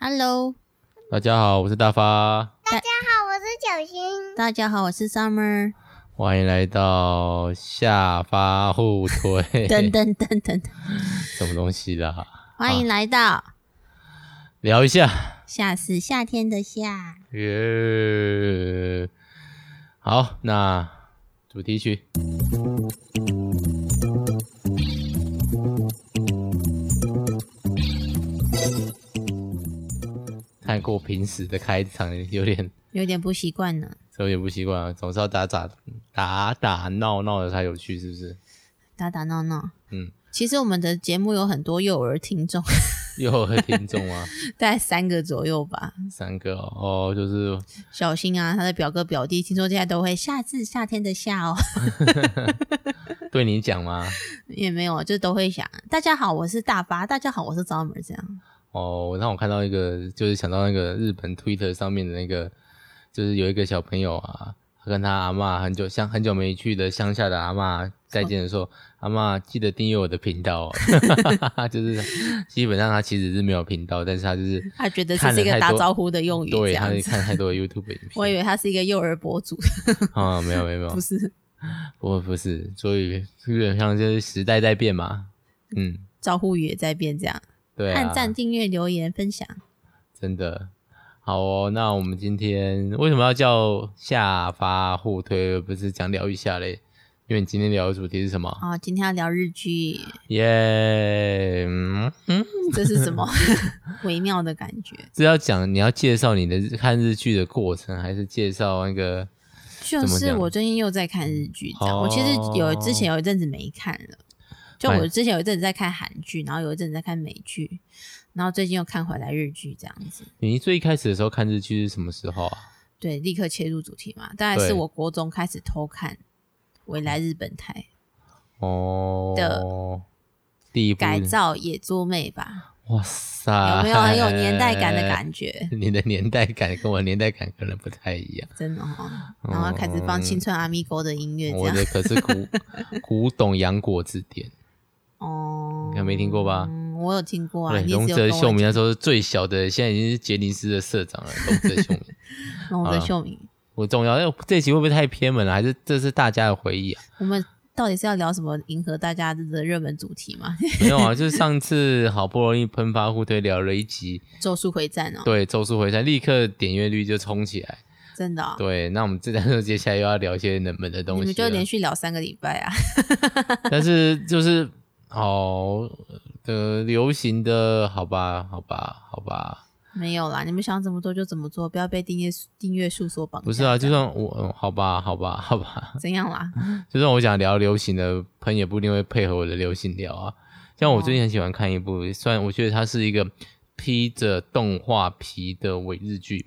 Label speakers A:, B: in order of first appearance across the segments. A: Hello，
B: 大家好，我是大发，
C: 好，我是九星。
A: 大家好，我是 Summer。
B: 欢迎来到下发互推，
A: 等等等等，等
B: 什么东西啦？
A: 欢迎来到
B: 啊聊一下，
A: 夏是夏天的夏。
B: 耶、好，那主题曲，太过平时的开场，有点
A: 有点不习惯呢，
B: 有点不习惯啊，总是要打打打打闹闹的才有趣，是不是？
A: 打打闹闹。
B: 嗯，
A: 其实我们的节目有很多幼儿听众，
B: 又有听众吗？
A: 大概三个左右吧。
B: 三个哦，哦就是
A: 小新啊，他的表哥表弟，听说现在都会夏至夏天的夏哦，
B: 对你讲吗？
A: 也没有，就都会想大家好，我是大发，大家好，我是 Summer 这样。
B: 哦，我让我看到一个，就是想到那个日本 Twitter 上面的那个，就是有一个小朋友啊，他跟他阿嬷很久乡很久没去的乡下的阿嬷再见 的时候，阿嬷记得订阅我的频道、哦， 就是基本上他其实是没有频道，但是他就是
A: 他觉得这
B: 看
A: 是一
B: 了
A: 个
B: 太
A: 打
B: 多
A: 招呼的用语，这
B: 对，他
A: 样
B: 是
A: 子。
B: 看太多的 YouTube 影片，
A: 我以为他是一个幼儿博主，
B: 啊、没有没有没 有
A: 不，是
B: 不不是，所以基本上就是时代在变嘛，嗯，
A: 招呼语也在变这样。
B: 对、啊，
A: 按赞、订阅、留言、分享。
B: 真的。好哦，那我们今天为什么要叫下发互推，而不是讲聊一下嘞？因为你今天聊的主题是什么？
A: 哦，今天要聊日剧，
B: 耶、嗯，嗯，
A: 这是什 么微妙的感觉？
B: 是要讲你要介绍你的日看日剧的过程，还是介绍那个？
A: 就
B: 怎么
A: 是
B: 讲哦
A: 我最近又在看日剧，这样。我其实有之前有一阵子没看了，就
B: 哎
A: 我之前有一阵子在看韩剧，然后有一阵子在看美剧，然后最近又看回来日剧这样子。
B: 你最一开始的时候看日剧是什么时候啊？
A: 对，立刻切入主题嘛，大概
B: 对
A: 是我国中开始偷看《未来日本台
B: 嗯哦，
A: 的
B: 第一》部
A: 改，造野作妹吧，
B: 哇塞，
A: 有没有很有年代感的 感觉？
B: 你的年代感跟我的年代感可能不太一样。
A: 真的哦，然后开始放青春阿咪狗的音乐，这
B: 我
A: 样
B: 的可是 古古董洋果字典，
A: 哦，
B: 你看没听过吧
A: 嗯，我有听过啊，
B: 对，
A: 你只有
B: 龙
A: 跟
B: 泽
A: 我
B: 秀
A: 讲
B: 明那时候是最小的，现在已经是杰尼斯的社长了。龙泽秀明
A: 龙
B: 啊
A: 泽秀明。
B: 不重要，哎呦这一集会不会太偏门了？还是这是大家的回忆啊？
A: 我们到底是要聊什么迎合大家的热门主题吗？
B: 没有啊，就是上次好不容易喷发互推聊了一集，
A: 咒术回战哦，
B: 对《咒术回战》，立刻点阅率就冲起来。
A: 真的、哦，
B: 对，那我们这段接下来又要聊一些冷门的
A: 你
B: 东西啊了，
A: 们就连续聊三个礼拜啊。
B: 但是就是哦的流行的，好吧，好吧，好吧。
A: 没有啦，你们想怎么做就怎么做，不要被订阅订阅数所绑架。
B: 不是啊，就
A: 这样
B: 算我、嗯好吧，好吧，好吧，
A: 怎样啦？
B: 就算我想聊流行的，朋友也不一定会配合我的流行聊啊。像我最近很喜欢看一部，虽然我觉得它是一个披着动画皮的伪日剧，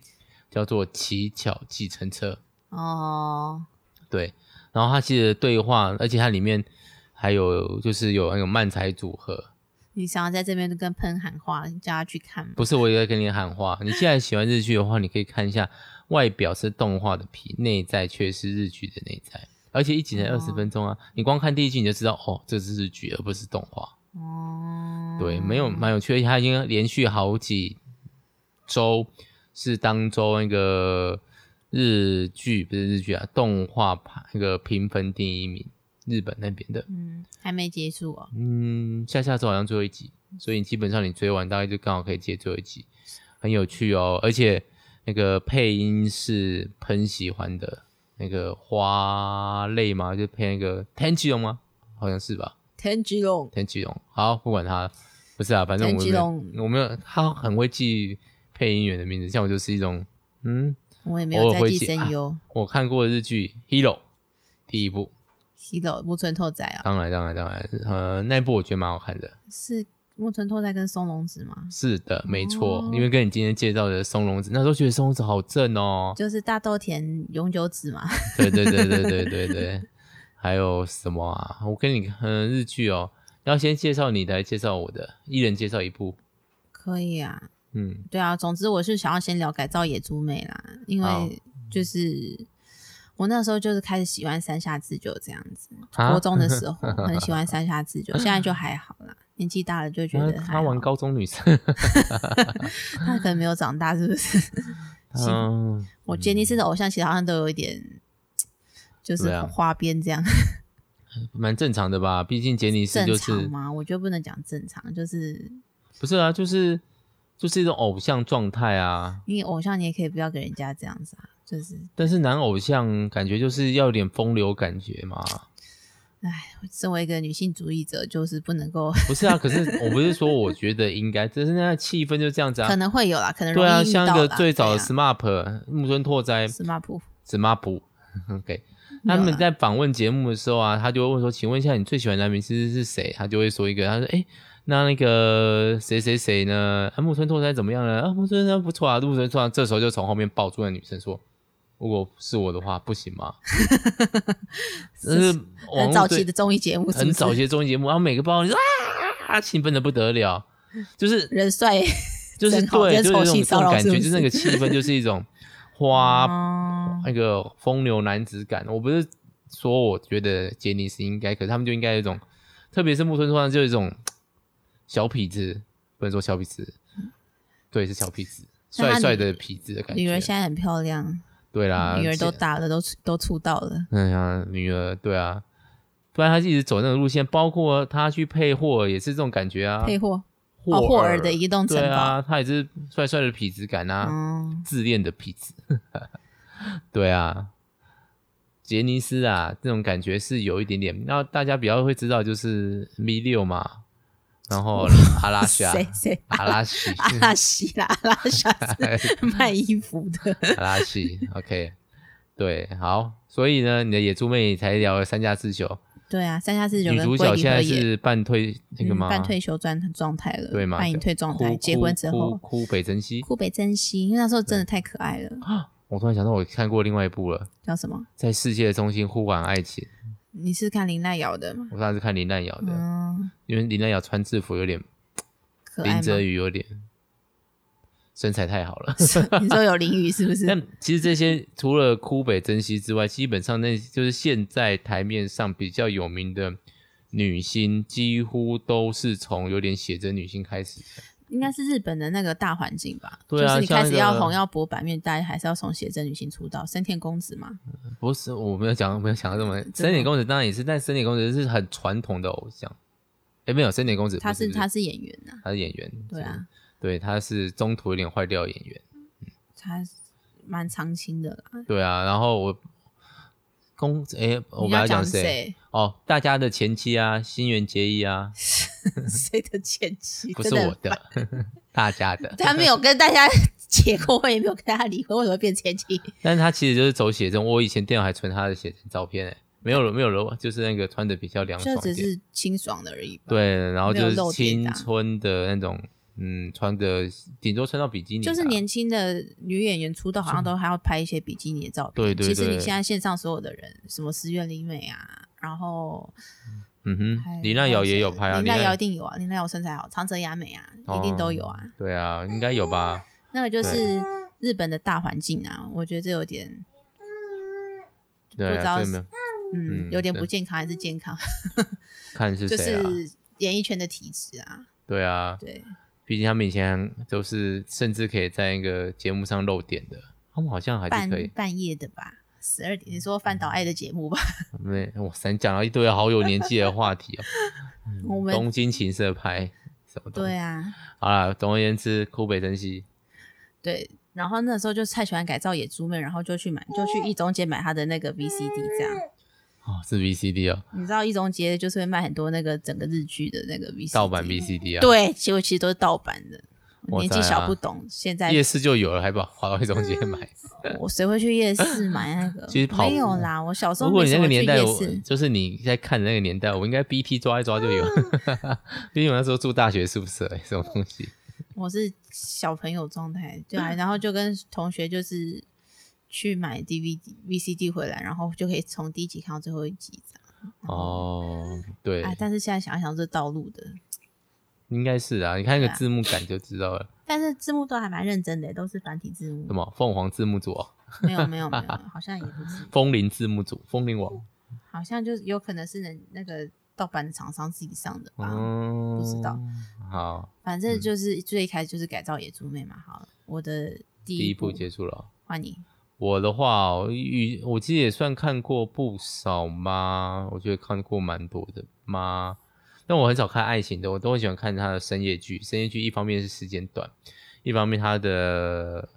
B: 叫做《乞巧计程车》。
A: 哦，
B: 对，然后它其实对话，而且它里面还有就是有那种漫才组合。
A: 你想要在这边跟喷喊话，叫他去看吗？
B: 不是我也在跟你喊话，你既然喜欢日剧的话，你可以看一下，外表是动画的皮，内在却是日剧的内在，而且一集才二十
A: 哦
B: 分钟啊，你光看第一集你就知道，哦，这是日剧而不是动画，
A: 哦，
B: 对，没有蛮有趣的，而且它已经连续好几周是当周那个日剧不是日剧啊，动画排那个评分第一名，日本那边的，
A: 嗯，还没结束哦。
B: 嗯，下下周好像最后一集，所以你基本上你追完大概就刚好可以接最后一集，很有趣哦。而且那个配音是很喜欢的，那个花类吗？就配那个 t e n j i o 吗？好像是吧
A: 天吉龙
B: t e n j i o 好，不管他，不是啊，反正我没
A: Tenjiro
B: 有，我没有，他很会记配音员的名字，像我就是一种，嗯，
A: 我也没
B: 偶
A: 有
B: 尔
A: 在
B: 会啊
A: 记
B: 记
A: 声优。
B: 我看过的日剧《Hero》第一部，
A: Hiro 木村拓哉啊，
B: 当然，当然，当然，呃，那一部我觉得蛮好看的。
A: 是木村拓哉跟松隆子吗？
B: 是的，没错，
A: 哦
B: 因为跟你今天介绍的松隆子，那时候觉得松隆子好 正哦。
A: 就是大豆田永久子嘛，
B: 对对对对对对对，还有什么啊？我跟你嗯日剧哦，要先介绍你的，还是介绍我的，一人介绍一部。
A: 可以啊，
B: 嗯，
A: 对啊，总之我是想要先聊改造野猪妹啦，因
B: 好
A: 为就是我那时候就是开始喜欢山下智久这样子，
B: 啊
A: 国中的时候很喜欢山下智久，现在就还好啦，年纪大了就觉
B: 他
A: 得
B: 他
A: 还
B: 玩
A: 好
B: 高中女生，
A: 他可能没有长大，是不是？ 是
B: 嗯，
A: 我杰尼斯的偶像其实好像都有一点，就是
B: 对啊
A: 花边这样，
B: 蛮正常的吧？毕竟杰尼斯
A: 正
B: 就
A: 常
B: 是
A: 吗？我觉得不能讲正常，就是
B: 不是啊，就是就是一种偶像状态啊。
A: 你偶像你也可以不要给人家这样子啊，就是
B: 但是男偶像感觉就是要有点风流感觉 嘛，
A: 身为一个女性主义者，就是不能够，
B: 不是啊？可是我不是说我觉得应该，只是那气氛就这样子
A: 可
B: 啊。
A: 能会有啦，可能容
B: 对
A: 易
B: 啊，
A: 遇
B: 像那
A: 到
B: 个
A: 啦
B: 最早
A: 对
B: 的
A: 啊
B: SMAP 木村拓哉
A: SMAP
B: SMAP OK，他
A: 有
B: 们
A: 啦
B: 在访问节目的时候啊，他就会问说：“请问一下，你最喜欢的男明星是谁？”他就会说一个，他说：“哎、那那个谁谁谁呢？啊，木村拓哉怎么样呢？啊，木村拓哉不错啊，木村拓哉。”这时候就从后面抱住那女生说：“如果是我的话，不 行吗？”这是网
A: 很
B: 络
A: 早
B: 最
A: 期的综艺节目是不是，
B: 很早期的综艺节目，然后每个抱你说啊，兴奋的不得了，就是
A: 人帅
B: 就是
A: 真好
B: 对，
A: 真
B: 就是
A: 丑
B: 那种
A: 性
B: 这种
A: 骚扰
B: 感觉，
A: 是不
B: 就是那
A: 是
B: 个气氛，就是一种花
A: 哦
B: 那个风流男子感。我不是说我觉得杰尼斯应该，可是他们就应该有一种，特别是木村拓哉，就有一种小痞子，不能说小痞子，对，是小痞子，
A: 那
B: 帅
A: 他
B: 帅
A: 女
B: 的痞子的感
A: 女儿
B: 觉。啊
A: 现在很漂亮，
B: 对啦，
A: 女儿都
B: 这
A: 大了，都出都出道了，
B: 哎呀，女儿，对啊，不然他一直走那种路线，包括他去配货也是这种感觉啊。
A: 配货
B: 尔,、
A: 哦霍尔的移动城
B: 对
A: 堡，
B: 啊，他也是帅帅的痞子感啊。
A: 嗯，
B: 自恋的痞子。 对啊，杰尼斯啊，这种感觉是有一点点。那大家比较会知道就是 V 六嘛，然后阿拉西亚、啊
A: 谁谁
B: 阿拉西、
A: 阿拉 西啦，阿拉西亚是卖衣服的，
B: 阿拉西，OK，对，好。所以呢，你的野猪妹才聊了三家四九，
A: 对啊，三下四九
B: 女
A: 跟
B: 主
A: 桂
B: 角
A: 离
B: 现在
A: 和也
B: 是半退那个
A: 嗯
B: 吗？
A: 半退休状状态了，
B: 对吗？
A: 半隐退状态，
B: 哭
A: 结婚之
B: 哭
A: 后，
B: 哭哭北珍惜。
A: 酷北珍惜，因为那时候真的太可爱了，
B: 我突然想到，我看过另外一部了，
A: 叫什么？
B: 在世界的中心呼唤爱情。
A: 你是看林奈瑶的吗？
B: 我上次看林奈瑶的，
A: 嗯，
B: 因为林奈瑶穿制服有点，
A: 可爱
B: 林
A: 吗
B: 哲？宇有点身材太好了。
A: 你说有淋雨是不是？
B: 但其实这些除了枯北珍惜之外，基本上那就是现在台面上比较有名的女星，几乎都是从有点写真女星开始的。
A: 应该是日本的那个大环境吧，
B: 对啊
A: 就是你
B: 像
A: 开
B: 那
A: 始要
B: 个
A: 红要博版面，大家还是要从写真女星出道，森田公子嘛，
B: 不是，我没有讲，没有讲到这么。森野公子当然也是，但森野公子是很传统的偶像。哎，没有，森野公子不
A: 他是
B: 不
A: 他是演员呐，
B: 他是演员，
A: 对啊，
B: 对，他是中途有点坏掉的演员。
A: 他蛮长青的啦。
B: 对啊，然后我公诶，我
A: 你
B: 们
A: 要
B: 讲
A: 讲
B: 谁？？哦，大家的前妻啊，新垣结衣啊，
A: 谁 的前妻？
B: 不是
A: 真的
B: 我的， 大家的。
A: 他没有跟大家 结过婚，也没有跟大家离婚，为什么变前妻？
B: 但是他其实就是走写真，我以前电脑还存他的写真照片诶、没有没有人，就是那个穿的比较凉爽
A: 这只
B: 一点，
A: 是清爽的而已吧。，
B: 对，然后
A: 没
B: 就
A: 有
B: 是
A: 露点
B: 青
A: 的啊
B: 春的那种，嗯，穿的顶多穿到比基尼吧，
A: 就是年轻的女演员出道，好像都还要拍一些比基尼的照片。
B: 对对
A: 其实
B: 对
A: 你现在线上所有的人，什么石原里美啊，然后
B: 嗯
A: 还
B: 哼，李娜瑶也有拍啊，哦
A: 林
B: 李
A: 奈
B: 娜
A: 瑶一定有啊，林奈瑶身材好，长泽雅美啊，一定都有啊。
B: 对啊，应该有吧？
A: 那个就是日本的大环境啊，我觉得这有点，
B: 对
A: 不知道
B: 啊，这
A: 是
B: 没有
A: 嗯，
B: 嗯
A: 有点不
B: 对
A: 健康还是健康，
B: 看是
A: 就
B: 谁啊？
A: 是演艺圈的体质啊，
B: 对啊，
A: 对。
B: 毕竟他们以前都是甚至可以在一个节目上露点的，他们好像还是
A: 半
B: 可以。
A: 半夜的吧，十二点。你说范岛爱的节目吧？
B: 没，哇塞，你讲到一堆好有年纪的话题哦。
A: 我们
B: 东京情色派什么东西？
A: 对啊，
B: 好啦，总而言之，酷北珍惜。
A: 对。然后那时候就太喜欢改造野猪妹，然后就去买，就去一中街买她的那个 VCD，这样。
B: 哦，是 VCD 哦，
A: 你知道一中街就是会卖很多那个整个日剧的那个 VCD，
B: 盗版 VCD 啊。，
A: 对，结果其实都是盗版的。我
B: 我
A: 年
B: 在
A: 纪
B: 啊
A: 小不懂，现在
B: 夜市就有了，还把滑到一中间
A: 嗯
B: 买。
A: 我谁会去夜市买那个？
B: 其实跑
A: 没有啦，我小时候
B: 如果
A: 没
B: 你
A: 什
B: 那个
A: 么去
B: 年代，
A: 夜
B: 我
A: 市。
B: 就是你在看的那个年代，我应该 BT 抓一抓就有。
A: 嗯
B: 毕竟我那时候住大学宿舍，哎什么东西？
A: 我是小朋友状态，对啊，然后就跟同学就是去买 DVD、VCD 回来，然后就可以从第一集看到最后一集这样。然后，
B: 哦，对，
A: 哎，但是现在想一想是道路的，
B: 应该是啊。你看那个
A: 对啊
B: 字幕感就知道了，
A: 但是字幕都还蛮认真的，都是繁体字幕
B: 什。么凤凰字幕组哦。
A: 没有没有 没有，好像也不是，
B: 风铃字幕组，风铃网
A: 好像就是有可能是人那个盗版的厂商自己上的吧。
B: 嗯，
A: 不知道。
B: 好，
A: 反正就是最一开始就是改造野猪妹嘛。好了，我的第
B: 第
A: 一
B: 一
A: 部
B: 部结束了哦。
A: 换你，
B: 我的话哦，与我其实也算看过不少嘛，我觉得看过蛮多的嘛。但我很少看爱情的，我都很喜欢看他的深夜剧。深夜剧一方面是时间短，一方面它的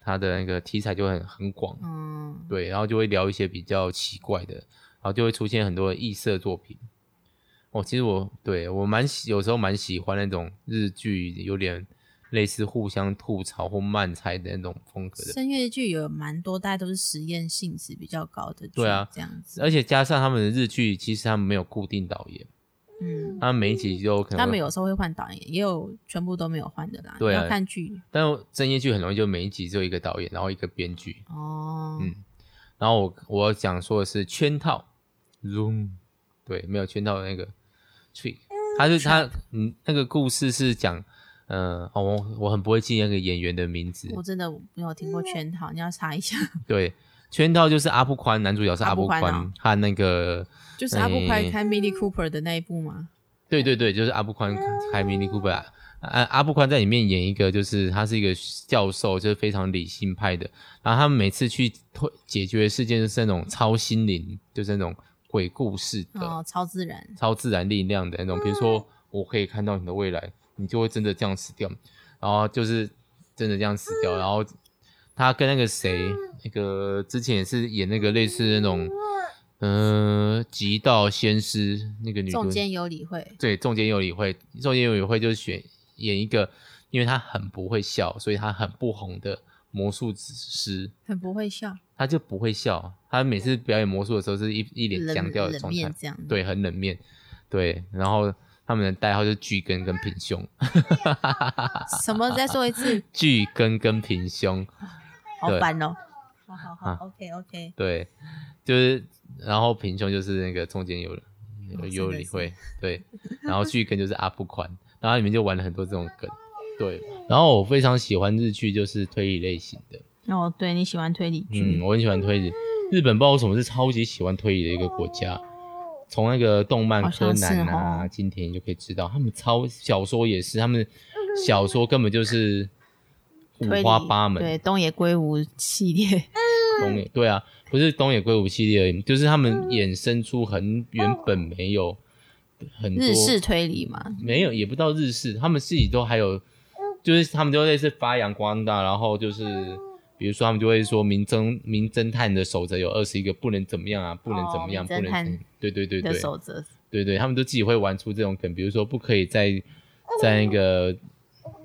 B: 它的那个题材就很很广，
A: 嗯，
B: 对，然后就会聊一些比较奇怪的，然后就会出现很多异色作品。哦，其实我对我蛮喜，有时候蛮喜欢那种日剧，有点类似互相吐槽或漫才的那种风格的
A: 声乐剧有蛮多，大家都是实验性质比较高的剧，
B: 对啊
A: 这样子，
B: 而且加上他们的日剧，其实他们没有固定导演，
A: 嗯，
B: 他们每一集都有可能会。
A: 他们有时候会换导演，也有全部都没有换的啦，
B: 对啊
A: 要看剧
B: 但真夜剧很容易就每一集只有一个导演，然后一个编剧。
A: 哦，
B: 嗯然后我我想说的是圈套，Zoom，对，没有圈套的那个 Trick，他是他嗯那个故事是讲，呃，哦，我我很不会记那个演员的名字，
A: 我真的没有听过圈套，你要查一下，
B: 对。圈套就是阿布宽，男主角是
A: 阿
B: 阿
A: 布
B: 布
A: 宽
B: 宽啊
A: 哦
B: 和那个，
A: 就是阿布快
B: 哎
A: 看 Mini Cooper 的那一部吗？
B: 对对对，就是阿布宽开 Mini Cooper 啊。阿阿布宽在里面演一个，就是他是一个教授，就是非常理性派的。然后他们每次去推解决事件，就是那种超心灵，就是那种鬼故事的、
A: 哦，超自然，
B: 超自然力量的那种。比如
A: 嗯
B: 说，我可以看到你的未来，你就会真的这样死掉，然后就是真的这样死
A: 嗯
B: 掉。然后他跟那个谁，那个之前也是演那个类似那种，嗯、呃，极道先师那个女
A: 中
B: 主角。
A: 间有理会，
B: 对，中间有理会，中间有理会就是选演一个，因为他很不会笑，所以他很不红的魔术师，
A: 很不会笑，
B: 他就不会笑，他每次表演魔术的时候是一一脸僵
A: 冷
B: 掉的
A: 冷
B: 状
A: 面
B: 态，
A: 这样子，
B: 对，很冷面，对，然后他们的代号就是巨根跟平胸，
A: 什么？再说一 次，
B: 巨根跟平胸，
A: 好
B: 对
A: 烦哦。 好好好
B: 啊
A: ，OK OK，
B: 对，就是然后平胸就是那个中间有有
A: 哦真
B: 有
A: 的
B: 理
A: 是
B: 会，对，然后巨根就是阿布宽，然后里面就玩了很多这种梗，对，
A: 嗯
B: 然后我非常喜欢日剧，就是推理类型的，
A: 哦，对你喜欢推理
B: 嗯，
A: 剧，
B: 我很喜欢推理，日本不知道为什么是超级喜欢推理的一个国家。从那个动漫
A: 好像
B: 柯
A: 是
B: 南啊、
A: 哦
B: 金田一就可以知道，他们超小说也是，他们
A: 嗯
B: 小说根本就是嗯五
A: 推理
B: 花八门，
A: 对东野圭吾系列，
B: 东野对啊，不是东野圭吾系列而已，就是他们
A: 嗯
B: 衍生出很原本没有很多
A: 日式推理嘛，
B: 没有，也不到日式，他们自己都还有，
A: 嗯
B: 就是他们就类似发扬光大，然后就是比如说他们就会说名侦名侦探的守则有二十一个，不能怎么样啊，不能怎么样，
A: 哦名
B: 不能
A: 侦
B: 怎
A: 探
B: 么样，对对对
A: 的
B: 对，
A: 守则，
B: 对对，他们都自己会玩出这种梗，比如说不可以在
A: 哦
B: 在那个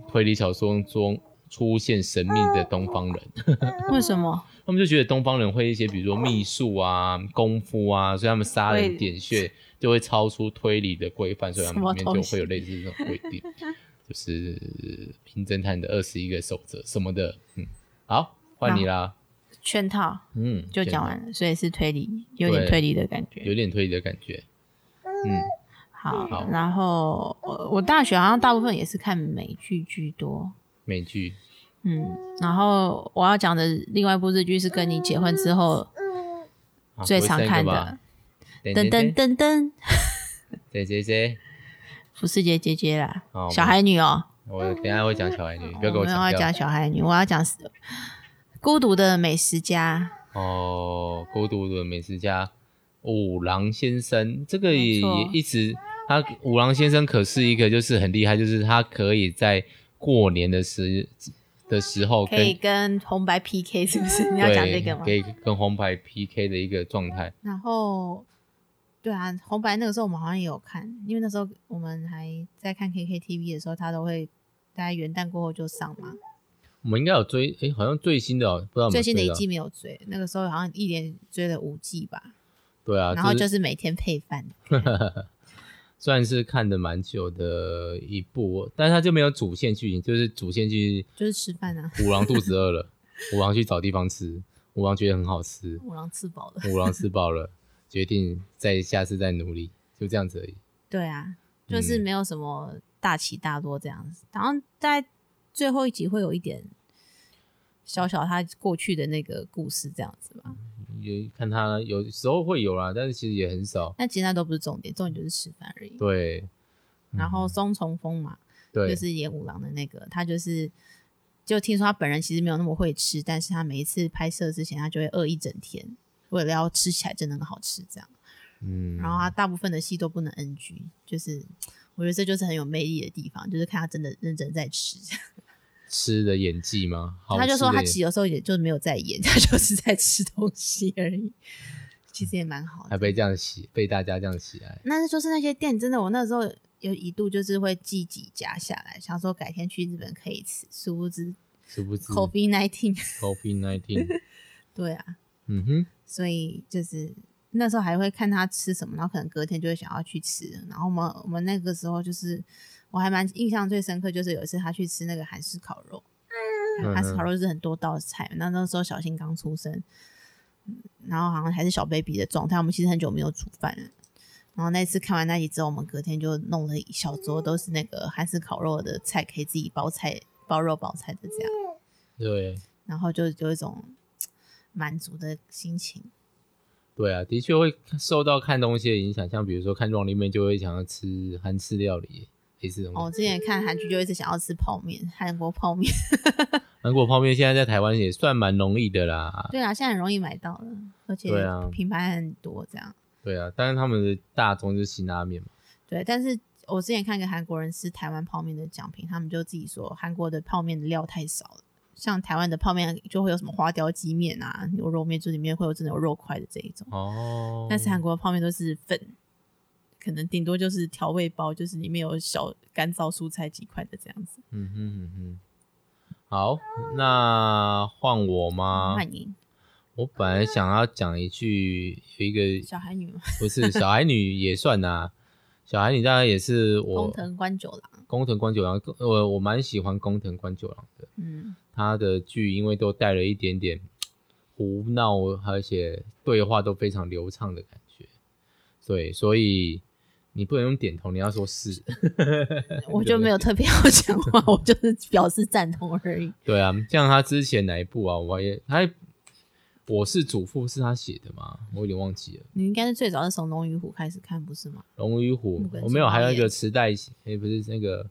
B: 推理小说中出现神秘的东方人。
A: 哦为什么
B: 他们就觉得东方人会一些，比如说秘术啊、功夫啊，所以他们杀人
A: 会
B: 点穴就会超出推理的规范，所以他
A: 什么
B: 们里面
A: 东
B: 就
A: 西
B: 会有类似这种规 定，就是名侦探的二十一个守则什么的。嗯，好，换你啦。
A: 圈套
B: 嗯，
A: 就讲完了，所以是推理，有点
B: 对
A: 推理的感
B: 有
A: 觉。
B: 点推理的感觉。嗯，
A: 好，
B: 好
A: 然后我我大学好像大部分也是看美剧居多，
B: 美剧
A: 嗯，然后我要讲的另外一部日剧是跟你结婚之后
B: 啊
A: 最常看
B: 不会是那
A: 的
B: 个吧，噔
A: 噔噔噔
B: 噔噔，
A: 噔，
B: 谁谁谁，
A: 福世杰姐姐啦
B: 哦，
A: 小孩女哦，
B: 我等一下会讲小孩女，不要给
A: 我
B: 我
A: 哦没有要
B: 抢
A: 讲
B: 掉。
A: 小孩女，我要讲是孤独的美食家，
B: 哦，孤独的美食家五郎先生，这个
A: 没
B: 也
A: 错
B: 也一直他五郎先生可是一个就是很厉害，就是他可以在过年的时的时候
A: 可以
B: 跟
A: 跟红白 PK 是不是？你要讲这
B: 对
A: 个吗
B: 可？以跟红牌 PK 的一个状态。
A: 然后，对啊，红白那个时候我们好像也有看，因为那时候我们还在看 KKTV 的时候，它都会大概元旦过后就上嘛。
B: 我们应该有追，诶，好像最新的哦不知道有没
A: 最
B: 有
A: 新的
B: 追
A: 一
B: 到
A: 季没有追，那个时候好像一连追了五季吧，
B: 对啊，
A: 然后就是是每天配饭。
B: 算是看的蛮久的一部，但是他就没有主线剧情，就是主线剧
A: 就是吃饭啊，
B: 五郎肚子饿了，五郎去找地方吃，五郎觉得很好吃，
A: 五郎吃饱了。
B: 五郎吃饱了，决定再下次再努力，就这样子而已。
A: 对啊，就是
B: 嗯
A: 没有什么大起大落这样子，然后在最后一集会有一点小小他过去的那个故事这样子吧。
B: 也看他有时候会有啦，但是其实也很少。
A: 那其实那都不是重点，重点就是吃饭而已。
B: 对，
A: 然后
B: 嗯
A: 松重丰嘛，
B: 对，
A: 就是演五郎的那个，他就是就听说他本人其实没有那么会吃，但是他每一次拍摄之前，他就会饿一整天，为了要吃起来真的很好吃这样。
B: 嗯，
A: 然后他大部分的戏都不能 NG，就是我觉得这就是很有魅力的地方，就是看他真的认真在吃。
B: 吃的演技吗？好
A: 他就
B: 吃欸
A: 说
B: 的
A: 他
B: 演
A: 其实有时候也就没有在演， 他就是在吃东西而已，其实也蛮好
B: 还
A: 的。
B: 被这样喜，被大家这样喜爱。
A: 但是就是那些店，真的我那时候有一度就是会记几家下来，想说改天去日本可以吃，殊不知
B: 殊不知
A: COVID nineteen，
B: COVID nineteen，
A: 对啊，
B: 嗯哼，
A: 所以就是那时候还会看他吃什么，然后可能隔天就会想要去吃。然后我们我们那个时候就是我还蛮印象最深刻，就是有一次他去吃那个韩式烤肉，
B: 嗯
A: 韩式烤肉就是很多道菜，那那时候小新刚出生，嗯然后好像还是小 baby 的状态，我们其实很久没有煮饭了。然后那次看完那集之后，我们隔天就弄了一小桌都是那个韩式烤肉的菜，可以自己包菜、包肉、包菜的这样，
B: 对
A: 然后就有一种嘖满足的心情。
B: 对啊，的确会受到看东西的影响，像比如说看《壮丽妹》就会想要吃韩式料理，类似这
A: 我、
B: 种。
A: 哦之前看韩剧就一直想要吃泡面，韩国泡面。
B: 韩国泡面现在在台湾也算蛮容易的啦，
A: 对啊，现在很容易买到了，而且
B: 对啊
A: 品牌很多这样。
B: 对啊，但是他们的大宗就是辛拉面嘛，
A: 对，但是我之前看一个韩国人吃台湾泡面的奖评，他们就自己说韩国的泡面的料太少了，像台湾的泡面就会有什么花雕鸡面啊、牛肉面，就里面会有真的有肉块的这一种，
B: 哦，
A: 但是韩国的泡面都是粉，可能顶多就是调味包，就是里面有小干燥蔬菜几块的这样子。
B: 嗯哼嗯哼。好，那换我吗？
A: 欢迎
B: 我本来想要讲一句，有一个
A: 小韩女嘛，
B: 不是小孩女也算呐、小孩女当然也是我
A: 工藤官九郎，
B: 工藤官九郎，我我蛮喜欢工藤官九郎的，
A: 嗯，
B: 他的剧因为都带了一点点胡闹，而且对话都非常流畅的感觉，对，所以你不能用点头，你要说 是，
A: 我就没有特别要讲话，我就是表示赞同而已。
B: 对啊，像他之前哪一部啊，我也他我是祖父是他写的嘛，我有点忘记了。
A: 你应该是最早是从《龙与虎》开始看，不是吗？
B: 龙与虎
A: 木，根
B: 我没有，
A: 清
B: 还有一
A: 导
B: 个
A: 演
B: 池袋西，诶、不是那个，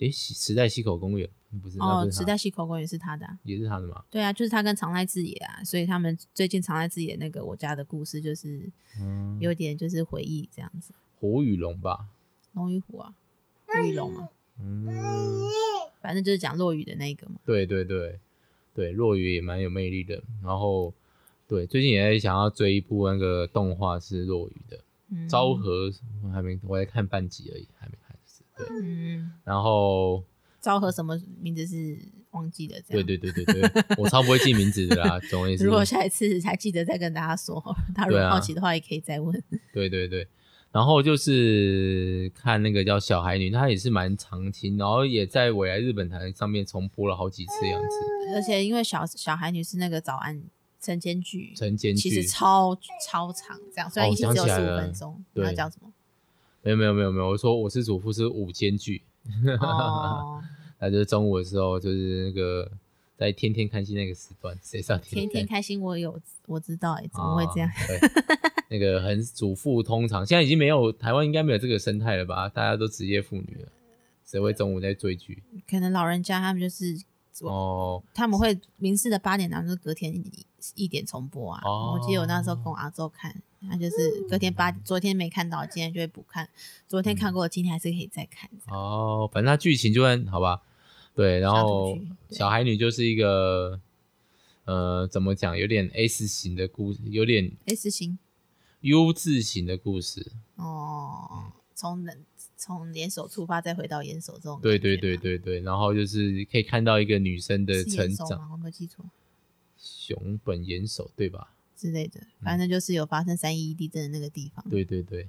B: 诶、西池袋西口公园，不是，那
A: 哦
B: 不，是
A: 池
B: 他，
A: 袋西口公园是他的、啊，
B: 也是他的嘛，
A: 对啊，就是他跟长濑智也啊，所以他们最近长濑智也那个我家的故事，就是
B: 嗯，
A: 有点就是回忆这样子，
B: 虎与龙吧，
A: 龙与虎啊，虎与龙嘛，
B: 嗯，
A: 反正就是讲落雨的那个嘛，
B: 对对对对，落雨也蛮有魅力的，然后对，最近也在想要追一部那个动画是落雨的，
A: 嗯，
B: 昭，和我还没，我在看半集而已，还没看，对，
A: 嗯，
B: 然后
A: 昭和什么名字是忘记了，这
B: 对
A: 样，
B: 对对对对，我超不会记名字的啦，总而言之，
A: 如果下一次 还记得再跟大家说，大家如
B: 对
A: 果
B: 啊
A: 好奇的话也可以再问，
B: 对对对，然后就是看那个叫小孩女，她也是蛮常青，然后也在未来日本台上面重播了好几次的样子。
A: 而且因为小小孩女是那个早安晨间剧，
B: 晨间
A: 嗯其
B: 剧
A: 实超超长，这样虽然
B: 哦
A: 一集只有
B: 想起来
A: 十五
B: 了
A: 分钟，
B: 对
A: 那叫什么？
B: 没有没有没有没有，我说我是主妇是午间剧，
A: 哦，
B: 那就是中午的时候，就是那个在天天看戏那个时段，谁知道
A: 天天
B: 天
A: 开心，我有我知道哎、怎么会这样？
B: 啊？对，那个很主妇通常现在已经没有台湾应该没有这个生态了吧？大家都职业妇女了，谁会中午在追剧？
A: 可能老人家他们就是
B: 哦，
A: 他们会明示的八点，然后就是隔天一一点重播啊。
B: 哦嗯
A: 我记得我那时候跟我阿周看，他就是隔天八，昨天没看到，今天就会补看。昨天看过，今天还是可以再看。这样
B: 哦，反正它剧情就很好吧，对，然
A: 杀毒
B: 后
A: 剧对
B: 小孩女就是一个，呃，怎么讲，有点 S 型的故事，有点
A: S 型
B: U 字型的故事，
A: 哦，从人从联手出发，再回到联手这种。啊
B: 对对对，对对，然后就是可以看到一个女生的
A: 是
B: 成
A: 联手
B: 长，
A: 吗？我没有记错
B: 熊本严守对吧？
A: 之类的，
B: 嗯
A: 反正就是有发生三一一地震的那个地方。
B: 对对对，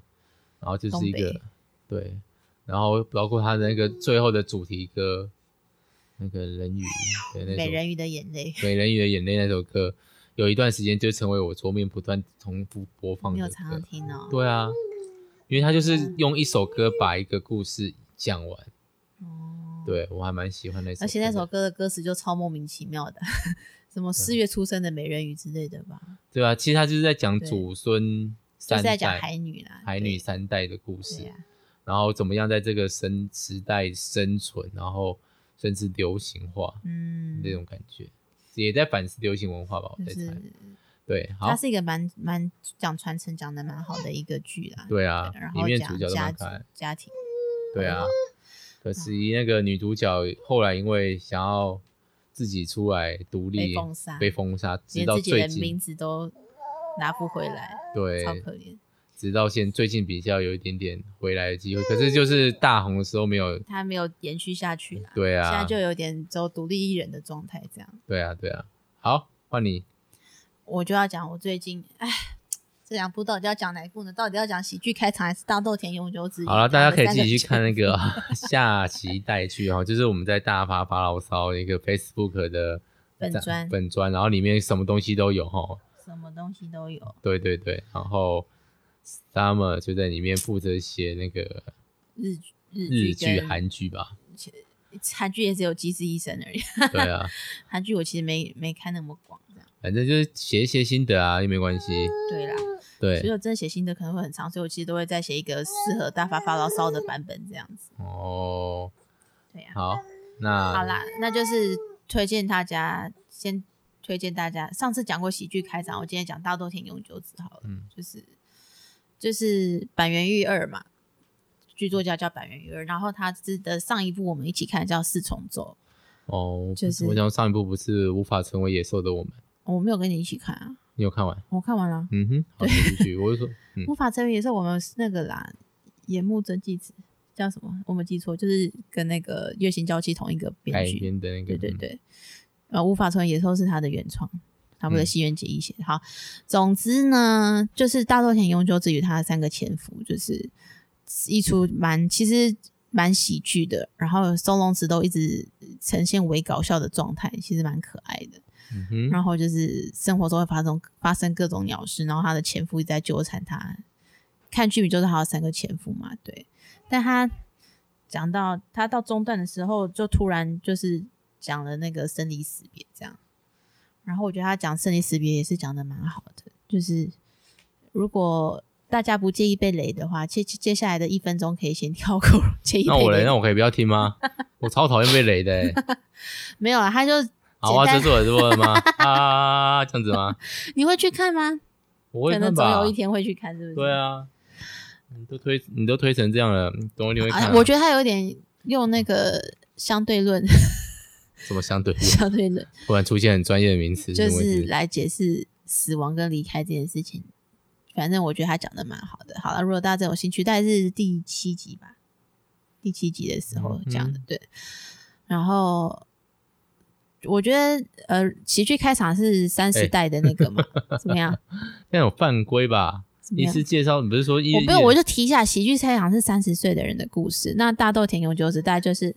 B: 然后就
A: 嗯
B: 是
A: 东
B: 一个
A: 北
B: 对，然后包括他的那个最后的主题歌，那个人鱼，对那
A: 美
B: 首
A: 人鱼的眼泪，
B: 《美人鱼的眼泪》那首歌，有一段时间就成为我桌面不断重复播放
A: 你
B: 的
A: 有
B: 歌。
A: 常常听嗯哦。
B: 对啊，因为它就是用一首歌把一个故事讲完。
A: 哦。
B: 对我还蛮喜欢那首歌的，
A: 而且那首歌的歌词就超莫名其妙的，什么四月出生的美人鱼之类的吧，
B: 对吧、其实他就是在讲
A: 对
B: 祖孙
A: 就
B: 三
A: 是
B: 代
A: 在讲海女啦，
B: 海女三代的故
A: 对
B: 事，
A: 对啊，
B: 然后怎么样在这个生时代生存，然后甚至流行化
A: 嗯，
B: 那、种感觉，也在反思流行文化吧，我
A: 就
B: 在猜。
A: 是
B: 对，好
A: 它，是一个蛮蛮讲传承讲的蛮好的一个剧啦，
B: 对啊
A: 然，
B: 里
A: 后
B: 面主
A: 讲
B: 角都
A: 家
B: 蛮
A: 族嗯
B: 可爱，
A: 家庭，
B: 对啊。可是那个女主角后来因为想要自己出来独立，
A: 被封杀
B: 被封杀，直
A: 连
B: 到
A: 自己
B: 最
A: 的名
B: 近，
A: 字都拿不回来，
B: 对
A: 超，可怜。
B: 直到现最近比较有一点点回来的机会，可是就是
A: 嗯
B: 大红的时候没有，
A: 他没有延续下去啦，
B: 对
A: 现在
B: 啊
A: 就，有点走独立艺人的状态这样。
B: 对啊，对啊。好，换你，
A: 我就要讲我最近，哎，这两部到底要讲哪一部呢？到底要讲喜剧开场还是大豆田永久子？
B: 好了，大家可以自己去
A: 他
B: 看
A: 们
B: 那个下棋带去哈，就是我们在大发发牢骚的一个 Facebook 的
A: 粉
B: 站
A: 专
B: 粉砖，然后里面什么东西都有哈，
A: 三个什么东西都有，
B: 对对对，然后 Summer 就在里面负责写那个
A: 日
B: 日
A: 日
B: 剧、
A: 跟
B: 韩剧吧，
A: 韩剧也只有《机智医生》而已。
B: 对啊，
A: 韩剧我其实没没看那么广，这样
B: 反正就是写一些心得啊，也没关系，
A: 对啦。所以
B: 对，
A: 我真的写心得可能会很长，所以我其实都会再写一个适合大发发牢骚的版本这样子。
B: 哦，
A: 对啊呀、
B: 好，
A: 好
B: 那
A: 啦，那就是推荐大家先推荐大家，上次讲过喜剧开场，我今天讲大豆田永久子好了，
B: 嗯
A: 就是就是板垣裕二嘛，剧作家叫板垣裕二，然后他是的上一部我们一起看的叫《四重奏
B: 哦，
A: 就是
B: 我想上一部不是无法成为野兽的我们，》，
A: 我没有跟你一起看啊，
B: 你有看完？
A: 我看完了，
B: 嗯哼，好，继续，我就说，嗯
A: 《无法成为》也是我们那个啦，岩木真纪子叫什么？我没记错，就是跟那个《月薪娇妻》同一个 编
B: 改
A: 剧，
B: 编的那
A: 对
B: 个，
A: 对
B: 嗯，
A: 对，呃，《无法成为野兽》是他的原创，他为了西园结衣写的。好，总之呢，就是大豆田永久子与他的三个前夫，就是一出蛮其实蛮喜剧的，然后松隆子都一直呈现伪搞笑的状态，其实蛮可爱的。
B: 嗯哼。
A: 然后就是生活中会发生发生各种鸟事，然后她的前夫一直在纠缠她。看剧名就是她有三个前夫嘛，对。但她讲到她到中段的时候，就突然就是讲了那个生离死别这样。然后我觉得她讲生离死别也是讲的蛮好的，就是如果大家不介意被雷的话，接接下来的一分钟可以先跳过 介意被
B: 那我嘞？
A: 雷
B: 那我可以不要 听吗？我超讨厌被雷的、欸。
A: 没有啊，她就
B: 好啊，
A: 简单
B: 这是我的作 文吗？啊，这样子吗？
A: 你会去看吗？
B: 我会
A: 可
B: 看
A: 能总
B: 吧
A: 有一。天会去看，是不是？
B: 对啊，你都推你都推成这样了，嗯总有一天会看啊、
A: 啊，我觉得他有点用那个相对 论，
B: 什么相对论，
A: 相对论
B: 突然出现很专业的名词，
A: 就
B: 什么意思
A: 是来解释死亡跟离开这件事情。反正我觉得他讲的蛮好的。好了，如果大家真有兴趣，大概是第七集吧，第七集的时候
B: 嗯
A: 讲的，对。然后我觉得，呃，喜剧开场是三
B: 哎
A: 十代的那个 嘛，怎么样？
B: 那有犯规吧？
A: 怎么
B: 一
A: 样？
B: 次介绍，你不是说一？
A: 我没有，我
B: 就
A: 就提一下，喜剧开场是三十岁的人的故事。那大豆田永久子大概就是，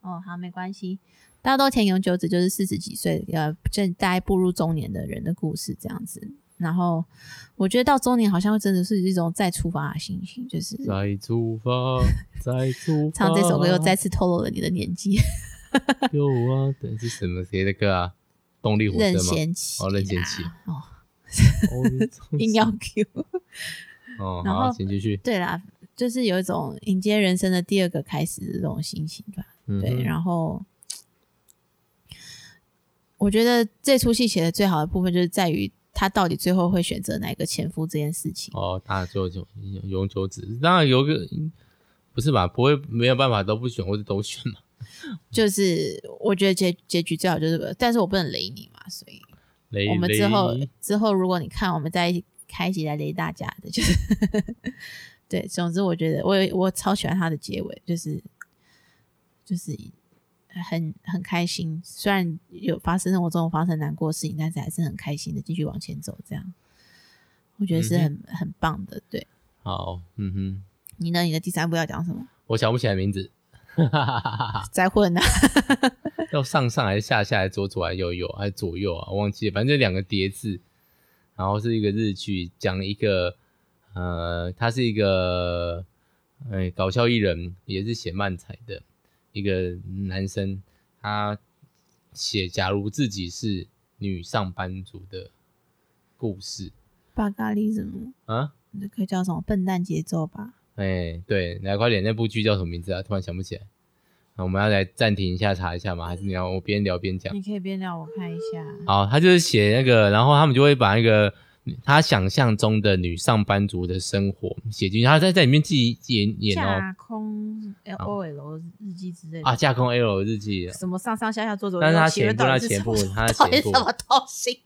A: 哦，好，没关系。大豆田永久子就是四十几岁，呃，正大概步入中年的人的故事这样子。然后我觉得到中年好像真的是一种再出发的心情，就是
B: 再出 发，再出发。
A: 唱这首歌又再次透露了你的年纪。
B: 有啊，等是什么谁的歌啊？动力火车
A: 任
B: 吗？
A: 贤齐啦，啊
B: 哦任贤齐
A: 哦，
B: 哦你真
A: 硬
B: 是
A: 要 Q。
B: 哦，
A: 然
B: 好，
A: 后
B: 请继续。
A: 对啦，就是有一种迎接人生的第二个开始的这种心情吧。
B: 嗯
A: 对，
B: 哼
A: 然后我觉得这出戏写的最好的部分就是在于他到底最后会选择哪一个前夫这件事情。
B: 哦，大舅舅永久子，当然有个不是吧？不会没有办法都不选或者都选嘛？
A: 就是我觉得结结局最好就是，但是我不能雷你嘛，所以
B: 雷
A: 我们之后
B: 雷
A: 之后如果你看，我们再开一集来雷大家的，就是 对。总之，我觉得我有我超喜欢他的结尾，就是就是很很开心，虽然有发生生活中有发生难过的事情，但是还是很开心的继续往前走，这样我觉得
B: 嗯
A: 是很、很棒的。对
B: 好，嗯哼，
A: 你呢？你的第三部要讲什么？
B: 我想不起来名字，
A: 再混啊！
B: 要上上还是下下，还是左左还是右右，还是左右啊？忘记了，反正就两个叠字。然后是一个日剧，讲一个呃，他是一个哎搞笑艺人，也是写漫才的一个男生，他写假如自己是女上班族的故事
A: 巴嘎利什么？
B: 啊。
A: 那可以叫什么笨蛋节奏吧？
B: 哎、对，来快点，那部剧叫什么名字啊？突然想不起来。那我们要来暂停一下，查一下吗？还是你要我边聊边讲？
A: 你可以边聊我看一下。
B: 哦好，他就是写那个，然后他们就会把那个他想象中的女上班族的生活写进去，他在在里面自己演演哦
A: 架空 L O L 日记之类的
B: 啊，架空 L 日记，啊
A: 什么上上下下做左右，
B: 但是他
A: 请问
B: 前
A: 到
B: 部他
A: 底是
B: 前
A: 什
B: 部
A: 么
B: 他
A: 到底
B: 前
A: 什
B: 部
A: 么东西？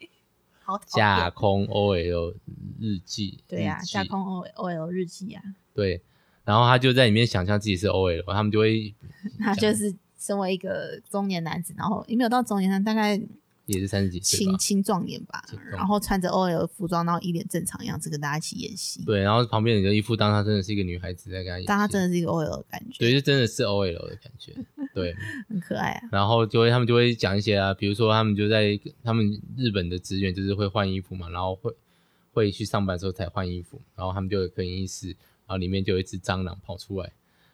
A: 好讨
B: 架
A: 厌。
B: 空 OL 日记，
A: 对呀、啊，
B: 日记
A: 架空 O O L 日记 呀、啊，
B: 对，然后他就在里面想象自己是 OL，他们就会
A: 他就是身为一个中年男子，然后也没有到中年，他大概
B: 也是三十几岁吧
A: 青，青壮年吧
B: 青壮，年
A: 然后穿着 O L 服装，然后一脸正常样子跟大家一起演戏，
B: 对，然后旁边人就一副当他真的是一个女孩子在跟他演戏，
A: 但他真的是一个 O L 的感觉，
B: 对，就真的是 OL 的感觉，对。
A: 很可爱啊。
B: 然后就会他们就会讲一些啊，比如说他们就在他们日本的职员就是会换衣服嘛，然后会会去上班的时候才换衣服，然后他们就有更衣室，然后里面就有一只蟑螂跑出来，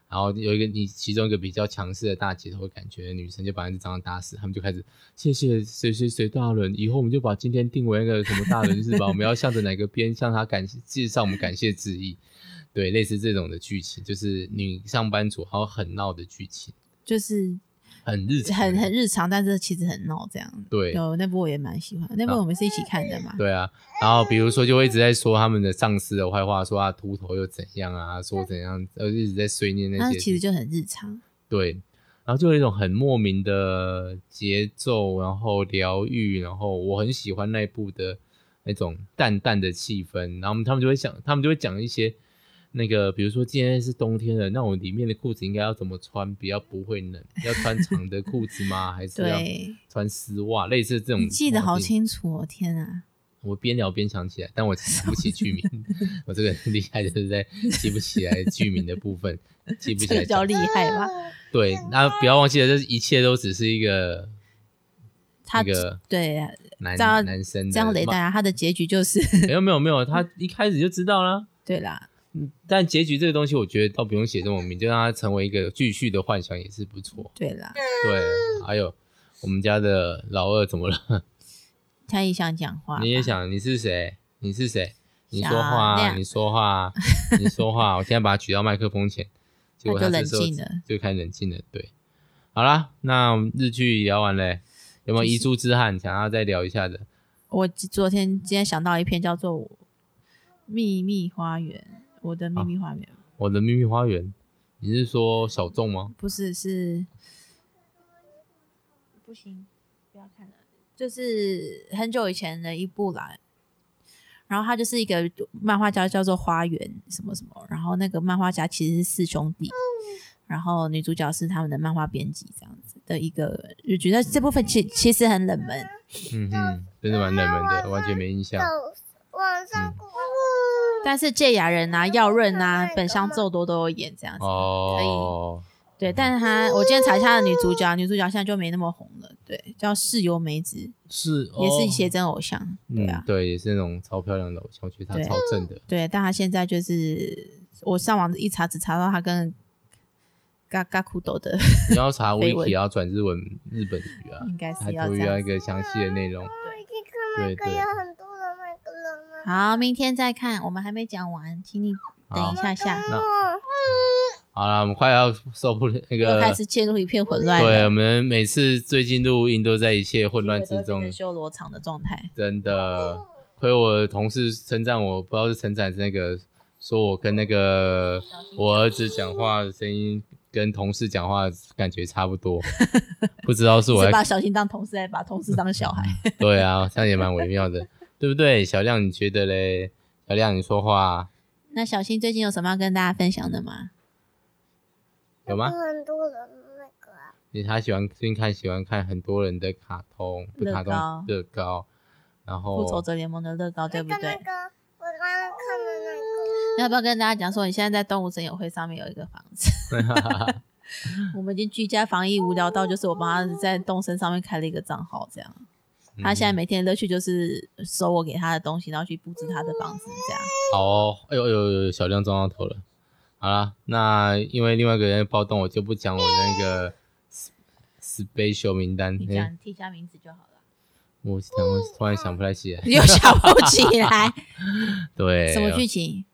B: 然后有一个你其中一个比较强势的大姐头感觉女生就把那只蟑螂打死，他们就开始谢谢谁谁谁大人，以后我们就把今天定为那个什么大人是吧？我们要向着哪个边向他感谢，致上我们感谢之意。对，类似这种的剧情，就是女上班族然后很闹的剧情，
A: 就是
B: 很日常，
A: 很很日常，但是其实很闹这样。
B: 对，
A: 有那部我也蛮喜欢，那部我们是一起看的嘛。
B: 对啊，然后比如说就会一直在说他们的上司的坏话，说啊秃头又怎样啊，说怎样，呃一直在碎念那
A: 那
B: 些
A: 其实
B: 事情
A: 就很日常，
B: 对，然后就有一种很莫名的节奏，然后疗愈，然后我很喜欢那一部的那种淡淡的气氛，然后他们就会想，他们就会讲一些那个，比如说今天是冬天了，那我里面的裤子应该要怎么穿，比较不会冷，要穿长的裤子吗？还是要
A: 对，
B: 穿丝袜？类似这种，
A: 你记得好清楚哦，天啊！
B: 我边聊边想起来，但我想不起剧名。我这个人厉害就是在记不起来剧名的部分，记不起
A: 这
B: 来
A: 个叫厉害吧？
B: 对，那不要忘记了，这一切都只是一个
A: 他
B: 那个
A: 对啊，
B: 男
A: 这样
B: 男生的
A: 这样雷大
B: 嘛
A: 家，他的结局就是
B: 没有没有没有，他一开始就知道啦。
A: 对啦，
B: 嗯但结局这个东西，我觉得倒不用写这么明，就让它成为一个继续的幻想也是不错。
A: 对啦。
B: 对，还有我们家的老二怎么了？
A: 他也想讲话吧，
B: 你也想你是谁？你是谁？你说
A: 小
B: 话啊，
A: 亮
B: 你说话啊，你说话啊！我现在把它举到麦克风前，结果
A: 他就
B: 这时候
A: 冷静了
B: 就开始冷静了。对，好啦，那我们日剧聊完嘞，有没有
A: 就
B: 遗
A: 是
B: 珠之憾想要再聊一下的？
A: 我昨天今天想到一篇叫做《秘密花园》，我的
B: 哦
A: 秘密花园、
B: 我的秘密花园，你是说小众吗？
A: 不是是不行，不要看了，就是很久以前的一部啦。然后他就是一个漫画家，叫做花园什么什么。然后那个漫画家其实是四兄弟，然后女主角是他们的漫画编辑这样子的一个日剧。那这部分其其实很冷门，
B: 嗯哼，真的蛮冷门的，完全没印象。
C: 走往上过。
A: 但是芥雅人啊、耀润啊、本乡奏多都有演这样子。
B: 哦，
A: 对，但是她我今天查一下她的女主角，女主角现在就没那么红了，对，叫室友梅子，
B: 是
A: 也是
B: 些
A: 写真偶像，对啊
B: 哦嗯，，对，也是那种超漂亮的偶像剧，她
A: 对
B: 超正的。
A: 对，但她现在就是我上网一查，只查到她跟嘎嘎库斗的，
B: 你要查
A: 绯
B: wiki，
A: 闻
B: 也要转日文日本语啊，
A: 应该是
B: 它
A: 要
B: 就
A: 这
B: 会
A: 样
B: 要
A: 子
B: 一个详细的内容。
C: 我去看麦克
B: 对对
C: 有很多的麦克人啊。
A: 好，明天再看，我们还没讲完，请你等一下下，
B: 那
C: 哦，
B: 好了，我们快要受不了那
A: 又
B: 个
A: 开，始陷入一片混乱
B: 对我
A: 了，
B: 们每次最近录音都在一切混乱之
A: 都变
B: 中
A: 成，修罗场的状态，
B: 真的。亏我同事称赞我，不知道是称赞还是那个，说我跟那个我儿子讲话的声音跟同事讲话感觉差 不多，不知道是我
A: 是
B: 在
A: 把小新当同事，还把同事当小 孩，
B: 对啊，这样也蛮微妙的，对不对？小亮，你觉得嘞？小亮，你说话
A: 那小新最近有什么要跟大家分享的吗？
B: 有吗？
C: 很多人的那个啊，
B: 因为他喜欢最近看喜欢看很多人的卡通，不
A: 乐
B: 卡通
A: 高
B: 乐高，然后
A: 复仇者联盟的乐高，对不
C: 那个
A: 对
C: 那？个，我刚刚看的那个。
A: 那要不要跟大家讲说，你现在在动物森友会上面有一个房子？ 我们已经居家防疫无聊到，就是我帮他在动森上面开了一个账号，这样。他现在
B: 嗯
A: 每天的乐趣就是收我给他的东西，然后去布置他的房子，这样。
B: 好、哦，哎呦哎呦哎呦，小亮撞到头了。好啦，那因为另外一个人暴动，我就 不讲我的那个 s- special 名单。
A: 你
B: 诶
A: 讲替一下名字就好了。
B: 我突然突然想不 太起来，
A: 你又想不起来
B: 对，哦
A: 什么剧情？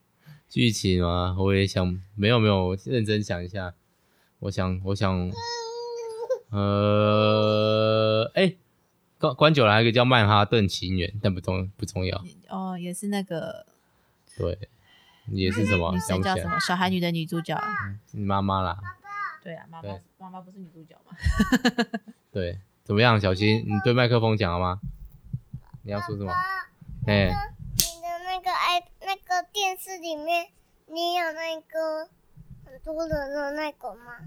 B: 剧情吗？我也想，没有没有，我认真想一下。我想，我想，呃，哎、关关久了，还有一个叫《曼哈顿情缘》，但不重不重要。
A: 哦，也是那个
B: 对，也是什么
A: 女
B: 想
A: 生
B: 不
A: 叫
B: 起
A: 什
B: 来，
A: 么？小孩女的女主角。
B: 你妈妈啦。
A: 对啊，妈妈
B: 对
A: 妈妈不是女主角吗？
B: 对，怎么样，小新？你对麦克风讲好吗？你要说什么？
A: 嗯
B: 哎、
C: 你的那个哎，那个电视里面，你有那个很多人的那个吗？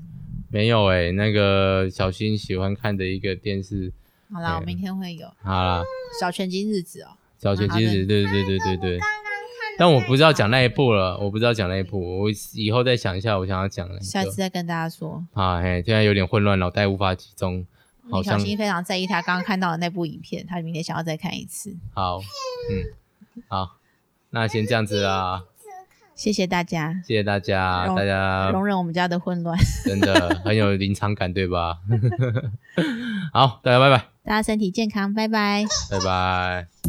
B: 没有哎、那个小新喜欢看的一个电视，
A: 好啦，
B: 对
A: 我明天会有
B: 好啦，
A: 小拳击日子哦。
B: 小学鸡子，对对对对对。
C: 刚刚看的
B: 但我不知道
C: 那个
B: 讲那一部了，我不知道讲那一部，我以后再想一下，我想要讲哪一个
A: 下次再跟大家说。
B: 啊，嘿，现在有点混乱，脑袋无法集中，好
A: 李嗯小
B: 像
A: 新非常在意他刚刚看到的那部影片，他明天想要再看一次。
B: 好，嗯，好，那先这样子啦，
A: 谢谢大家
B: 谢谢大家，
A: 容
B: 大家
A: 容忍我们家的混乱，
B: 真的很有临场感，对 吧？好，大家拜拜，
A: 大家身体健康，拜拜。
B: 拜拜。